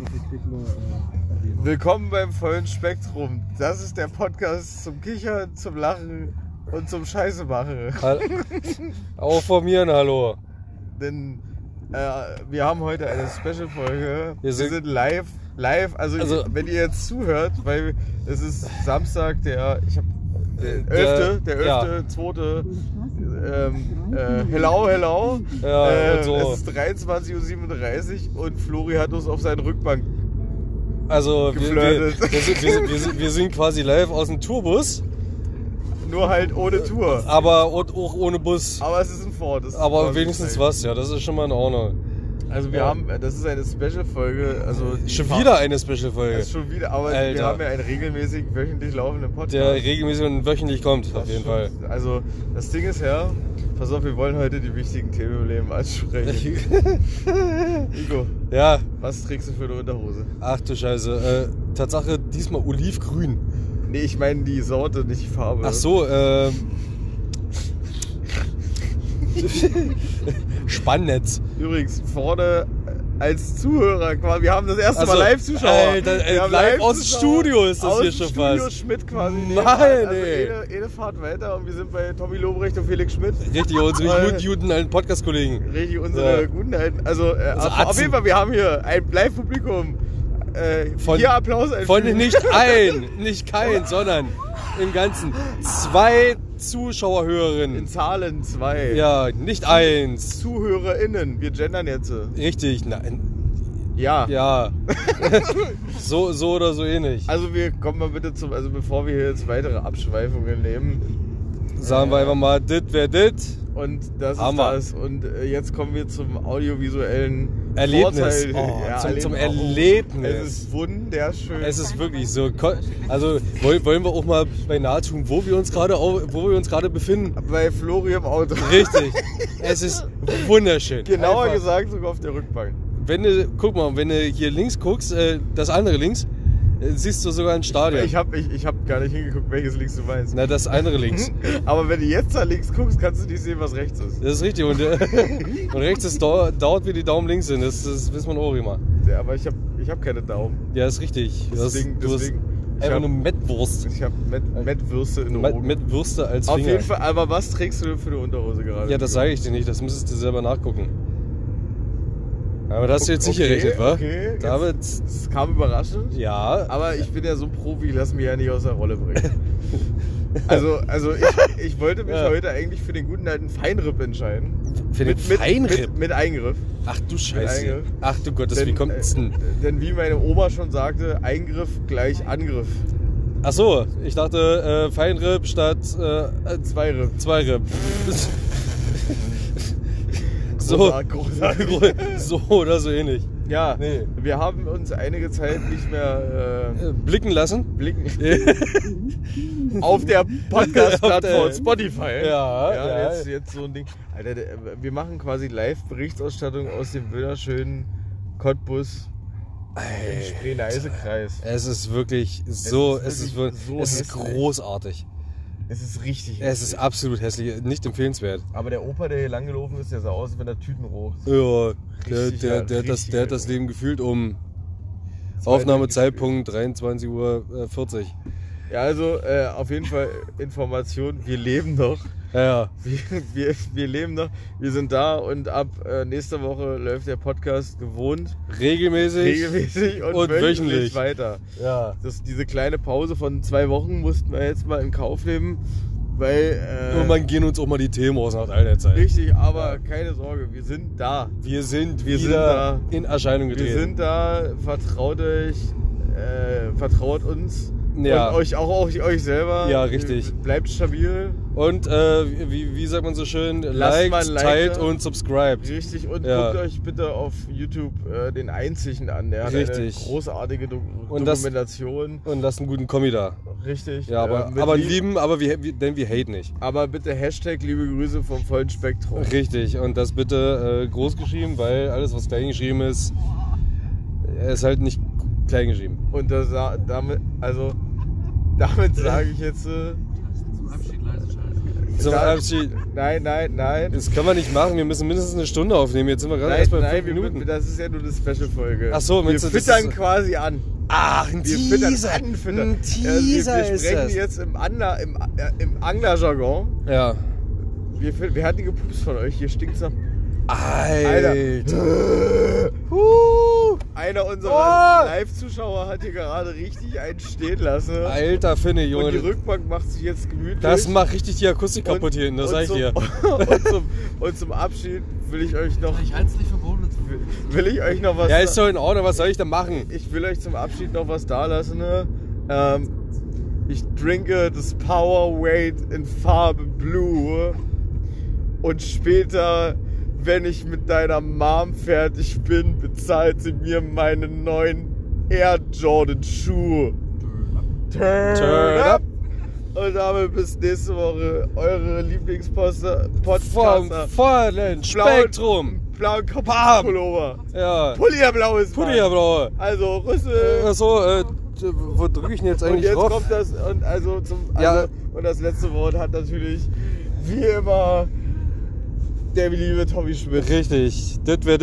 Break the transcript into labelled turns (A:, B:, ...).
A: möchte ich nur äh, erwähnen.
B: Willkommen beim vollen Spektrum. Das ist der Podcast zum Kichern, zum Lachen und zum Scheiße machen.
C: Hall- Auch von mir ein Hallo.
B: Denn äh, wir haben heute eine Special-Folge. Wir
C: Wir
B: sind,
C: sind-
B: live. Live, also,
C: Also-
B: wenn ihr jetzt zuhört, weil es ist Samstag, der, ich hab, der,
C: Der-
B: 11., der 11.,
C: ja.
B: 2., ähm, äh, hello, hello.
C: Ja,
B: äh,
C: und so.
B: Es ist 23.37 Uhr und Flori hat uns auf seinen Rückbank
C: Also wir, wir,
B: Geflirtet.
C: wir, sind, wir, sind, wir, sind, wir sind quasi live aus dem Tourbus,
B: Nur halt ohne Tour.
C: aber und auch ohne Bus.
B: Aber es ist ein Ford. es ist ein
C: Aber
B: Ford.
C: wenigstens was, ja, das ist schon mal in Ordnung.
B: Also wir
C: Ja. Äh,
B: haben, das ist eine Special-Folge. Also die
C: Schon
B: Fahr-
C: wieder eine Special-Folge,
B: Das ist schon wieder, aber wir
C: Alter.
B: haben ja einen regelmäßig wöchentlich laufenden Podcast.
C: der regelmäßig und wöchentlich kommt,
B: Das
C: auf jeden Fall.
B: stimmt. Also das Ding ist ja, pass auf, wir wollen heute die wichtigen Themen im Leben ansprechen. Nico,
C: Ja,
B: was trägst du für eine Unterhose?
C: ach du Scheiße. Äh, Tatsache, diesmal olivgrün.
B: Nee, ich meine die Sorte, nicht die Farbe.
C: Ach so, ähm... Spannend.
B: Übrigens, vorne äh, als Zuhörer quasi, wir haben das erste
C: Also,
B: Mal Live-Zuschauer.
C: Alter, äh,
B: Wir haben
C: live aus dem
B: Live-Zuschauer.
C: Studio ist das
B: aus
C: hier
B: dem
C: schon
B: Studio
C: fast.
B: Schmidt quasi.
C: Mann,
B: nebenan. also
C: ey.
B: Eine, eine Fahrt weiter und wir sind bei Tommy Lobrecht und Felix Schmidt.
C: Richtig, unsere
B: Weil-
C: guten, guten alten Podcast-Kollegen.
B: Richtig unsere
C: Ja.
B: guten alten. Also, äh,
C: Also
B: auf, auf
C: Atzen.
B: jeden Fall, wir haben hier ein Live-Publikum. Äh,
C: Von-
B: hier Applaus
C: Von
B: einfügen.
C: nicht ein, nicht kein, sondern im Ganzen zwei
B: In
C: Zuschauerhörerinnen.
B: Zahlen zwei.
C: Ja, nicht eins.
B: ZuhörerInnen, wir gendern jetzt.
C: Richtig, nein.
B: Ja.
C: Ja. so, so oder so ähnlich.
B: Also wir kommen mal bitte zum, also bevor wir hier jetzt weitere Abschweifungen nehmen
C: Sagen wir einfach mal, dit wär dit.
B: und das
C: Hammer.
B: ist das und äh, jetzt kommen wir zum audiovisuellen
C: Erlebnis.
B: Vorteil.
C: Oh,
B: Ja,
C: zum, zum
B: Erlebnis.
C: Erlebnis.
B: Es ist wunderschön.
C: Es ist wirklich so. ko- Also woll- wollen wir auch mal bei nahe tun, wo wir uns gerade au- wo wir uns gerade befinden.
B: bei Flori im Auto.
C: Richtig. Es ist wunderschön.
B: Genauer
C: Einfach-
B: gesagt sogar auf der Rückbank.
C: Wenn du, guck mal, wenn du hier links guckst, äh, das andere links, äh, siehst du sogar ein Stadion.
B: Ich habe ich, ich hab gar nicht hingeguckt, welches links du meinst.
C: Na, das andere links.
B: Aber wenn du jetzt da links guckst, kannst du nicht sehen, was rechts ist.
C: Das ist richtig. Und, äh, und rechts ist dau- dauert, wie die Daumen links sind. Das, das wissen wir auch immer.
B: Ja, aber ich habe ich hab keine Daumen.
C: Ja, ist richtig. Du hast-
B: Deswegen-
C: du hast
B: deswegen. Ich
C: einfach
B: hab-
C: nur Mettwurst.
B: Ich habe Met, Metwürste in den
C: Met-
B: Augen.
C: Mettwürste als
B: Auf
C: Finger.
B: jeden Fall, aber was trägst du für eine Unterhose gerade?
C: Ja, das sage ich dir nicht, das müsstest du selber nachgucken. Aber da hast du jetzt nicht
B: Okay,
C: gerechnet, wa?
B: okay, jetzt-
C: Damit,
B: Es kam überraschend,
C: ja,
B: aber ich bin ja so Profi, ich lass mich ja nicht aus der Rolle bringen. Also, also ich, ich wollte mich
C: Ja.
B: heute eigentlich für den guten alten Feinripp entscheiden.
C: für den
B: mit, mit,
C: Feinripp.
B: Mit, mit Eingriff.
C: Ach du Scheiße.
B: Eingriff.
C: Ach du Gottes, wie kommt es denn?
B: äh, denn wie meine Oma schon sagte, Eingriff gleich Angriff.
C: Ach so, ich dachte äh, Feinripp statt äh,
B: Zwei Ripp.
C: zwei Ripp. so,
B: Großartig, großartig.
C: so oder so ähnlich.
B: Ja,
C: Nee.
B: wir haben uns einige Zeit nicht mehr
C: Äh, Blicken lassen?
B: äh, blicken auf der
C: Auf
B: Podcast-Plattform
C: der-
B: Spotify.
C: Ja, ja.
B: Jetzt, jetzt so ein Ding. Alter, der- äh, wir machen quasi Live-Berichterstattung aus dem wunderschönen Cottbus im Spree-Neise-Kreis.
C: Es ist wirklich so,
B: ist
C: es ist,
B: wirklich
C: wirklich,
B: so
C: es ist
B: hässlich.
C: großartig.
B: Es ist richtig.
C: Es ist absolut hässlich, nicht empfehlenswert.
B: Aber der Opa, der hier langgelaufen ist, der sah aus, als wenn er Tüten roch.
C: Ja, der,
B: Richtig, ja,
C: der, der, hat das,
B: richtig,
C: der hat das
B: Alter.
C: Leben gefühlt um Aufnahmezeitpunkt 23.40 Uhr. 40.
B: Ja, also äh, auf jeden Fall Information, wir leben noch.
C: Ja, ja.
B: Wir, wir, wir leben noch, wir sind da und ab äh, nächster Woche läuft der Podcast gewohnt,
C: Regelmäßig.
B: regelmäßig und,
C: und
B: wöchentlich,
C: wöchentlich.
B: weiter.
C: Ja.
B: Das, diese kleine Pause von zwei Wochen mussten wir jetzt mal in Kauf nehmen, weil. Äh,
C: Und man gehen uns auch mal die Themen aus nach all der Zeit.
B: richtig, aber keine Sorge, wir sind da.
C: Wir sind
B: Wir sind
C: wieder
B: da.
C: in Erscheinung getreten.
B: Wir sind da, vertraut euch, äh, vertraut uns
C: Ja.
B: und euch auch, auch euch selber.
C: Ja, richtig.
B: Bleibt stabil,
C: und äh, wie, wie sagt man so schön? Liked,
B: mal ein Like
C: teilt
B: da.
C: und subscribed.
B: Richtig, und
C: Ja.
B: guckt euch bitte auf YouTube äh, den einzigen an. Der hat
C: Richtig.
B: eine großartige Do
C: Und das-
B: Dokumentation.
C: Und lasst einen guten Kommi da.
B: Richtig.
C: Ja, aber,
B: äh, mit
C: aber
B: lieb-
C: lieben, aber wir, wir- denn wir hate nicht.
B: Aber bitte Hashtag liebe Grüße vom vollen Spektrum.
C: Richtig, und das bitte äh, groß geschrieben, weil alles, was klein geschrieben ist, ist halt nicht klein geschrieben.
B: Und das, sa- damit, also, damit sage ich jetzt, äh,
A: Zum Abschied leise schalten.
C: zum Abschied.
B: Nein, nein, nein.
C: also, Das kann man nicht machen. Wir müssen mindestens eine Stunde aufnehmen. Jetzt sind wir gerade
B: Nein,
C: erst bei
B: nein,
C: fünf
B: wir,
C: Minuten.
B: das ist ja nur eine Special-Folge.
C: Ach so,
B: wir
C: meinst du, das
B: füttern
C: ist-
B: quasi an.
C: Ach, ein
B: Wir
C: Teaser.
B: füttern an, füttern.
C: Ein
B: Ja, wir,
C: Teaser
B: wir
C: ist
B: sprechen
C: das.
B: jetzt im, Anla, im, äh, im Anglerjargon.
C: Ja.
B: Wir, fü- wir hatten gepupst von euch. Hier stinkt's nach.
C: Alter. Huh.
B: Einer unserer
C: Oh!
B: Live-Zuschauer hat hier gerade richtig einen stehen lassen.
C: Alter, Finne,
B: und die
C: Junge.
B: Rückbank macht sich jetzt gemütlich.
C: Das macht richtig die Akustik kaputt hier hinten, das
B: und
C: sag ich
B: zum,
C: dir.
B: Und zum, und zum Abschied will ich euch noch,
A: Ich halte es nicht für Boden.
B: will ich euch noch was.
C: Ja, ist doch in Ordnung, was soll ich denn machen?
B: ich will euch zum Abschied noch was da lassen. Ne? Ähm, ich trinke das Power Weight in Farbe Blue. Und später, wenn ich mit deiner Mom fertig bin, bezahlt sie mir meine neuen Air Jordan Schuhe. Turn,
C: Turn
B: up.
C: up.
B: Und damit bis nächste Woche eure Lieblingsposter
C: Vom
B: Podcaster.
C: vollen Spektrum.
B: Blauen
C: Bam.
B: Kapuzenpullover.
C: Ja.
B: Pulli der blau ist.
C: Pulli, ja, Bro.
B: Also Rüssel.
C: Achso, äh, wo drücke ich denn jetzt
B: Und
C: eigentlich
B: jetzt
C: drauf?
B: kommt das und also zum also,
C: Ja.
B: und das letzte Wort hat natürlich wie immer der liebe Tommy Schmidt.
C: Richtig, das wäre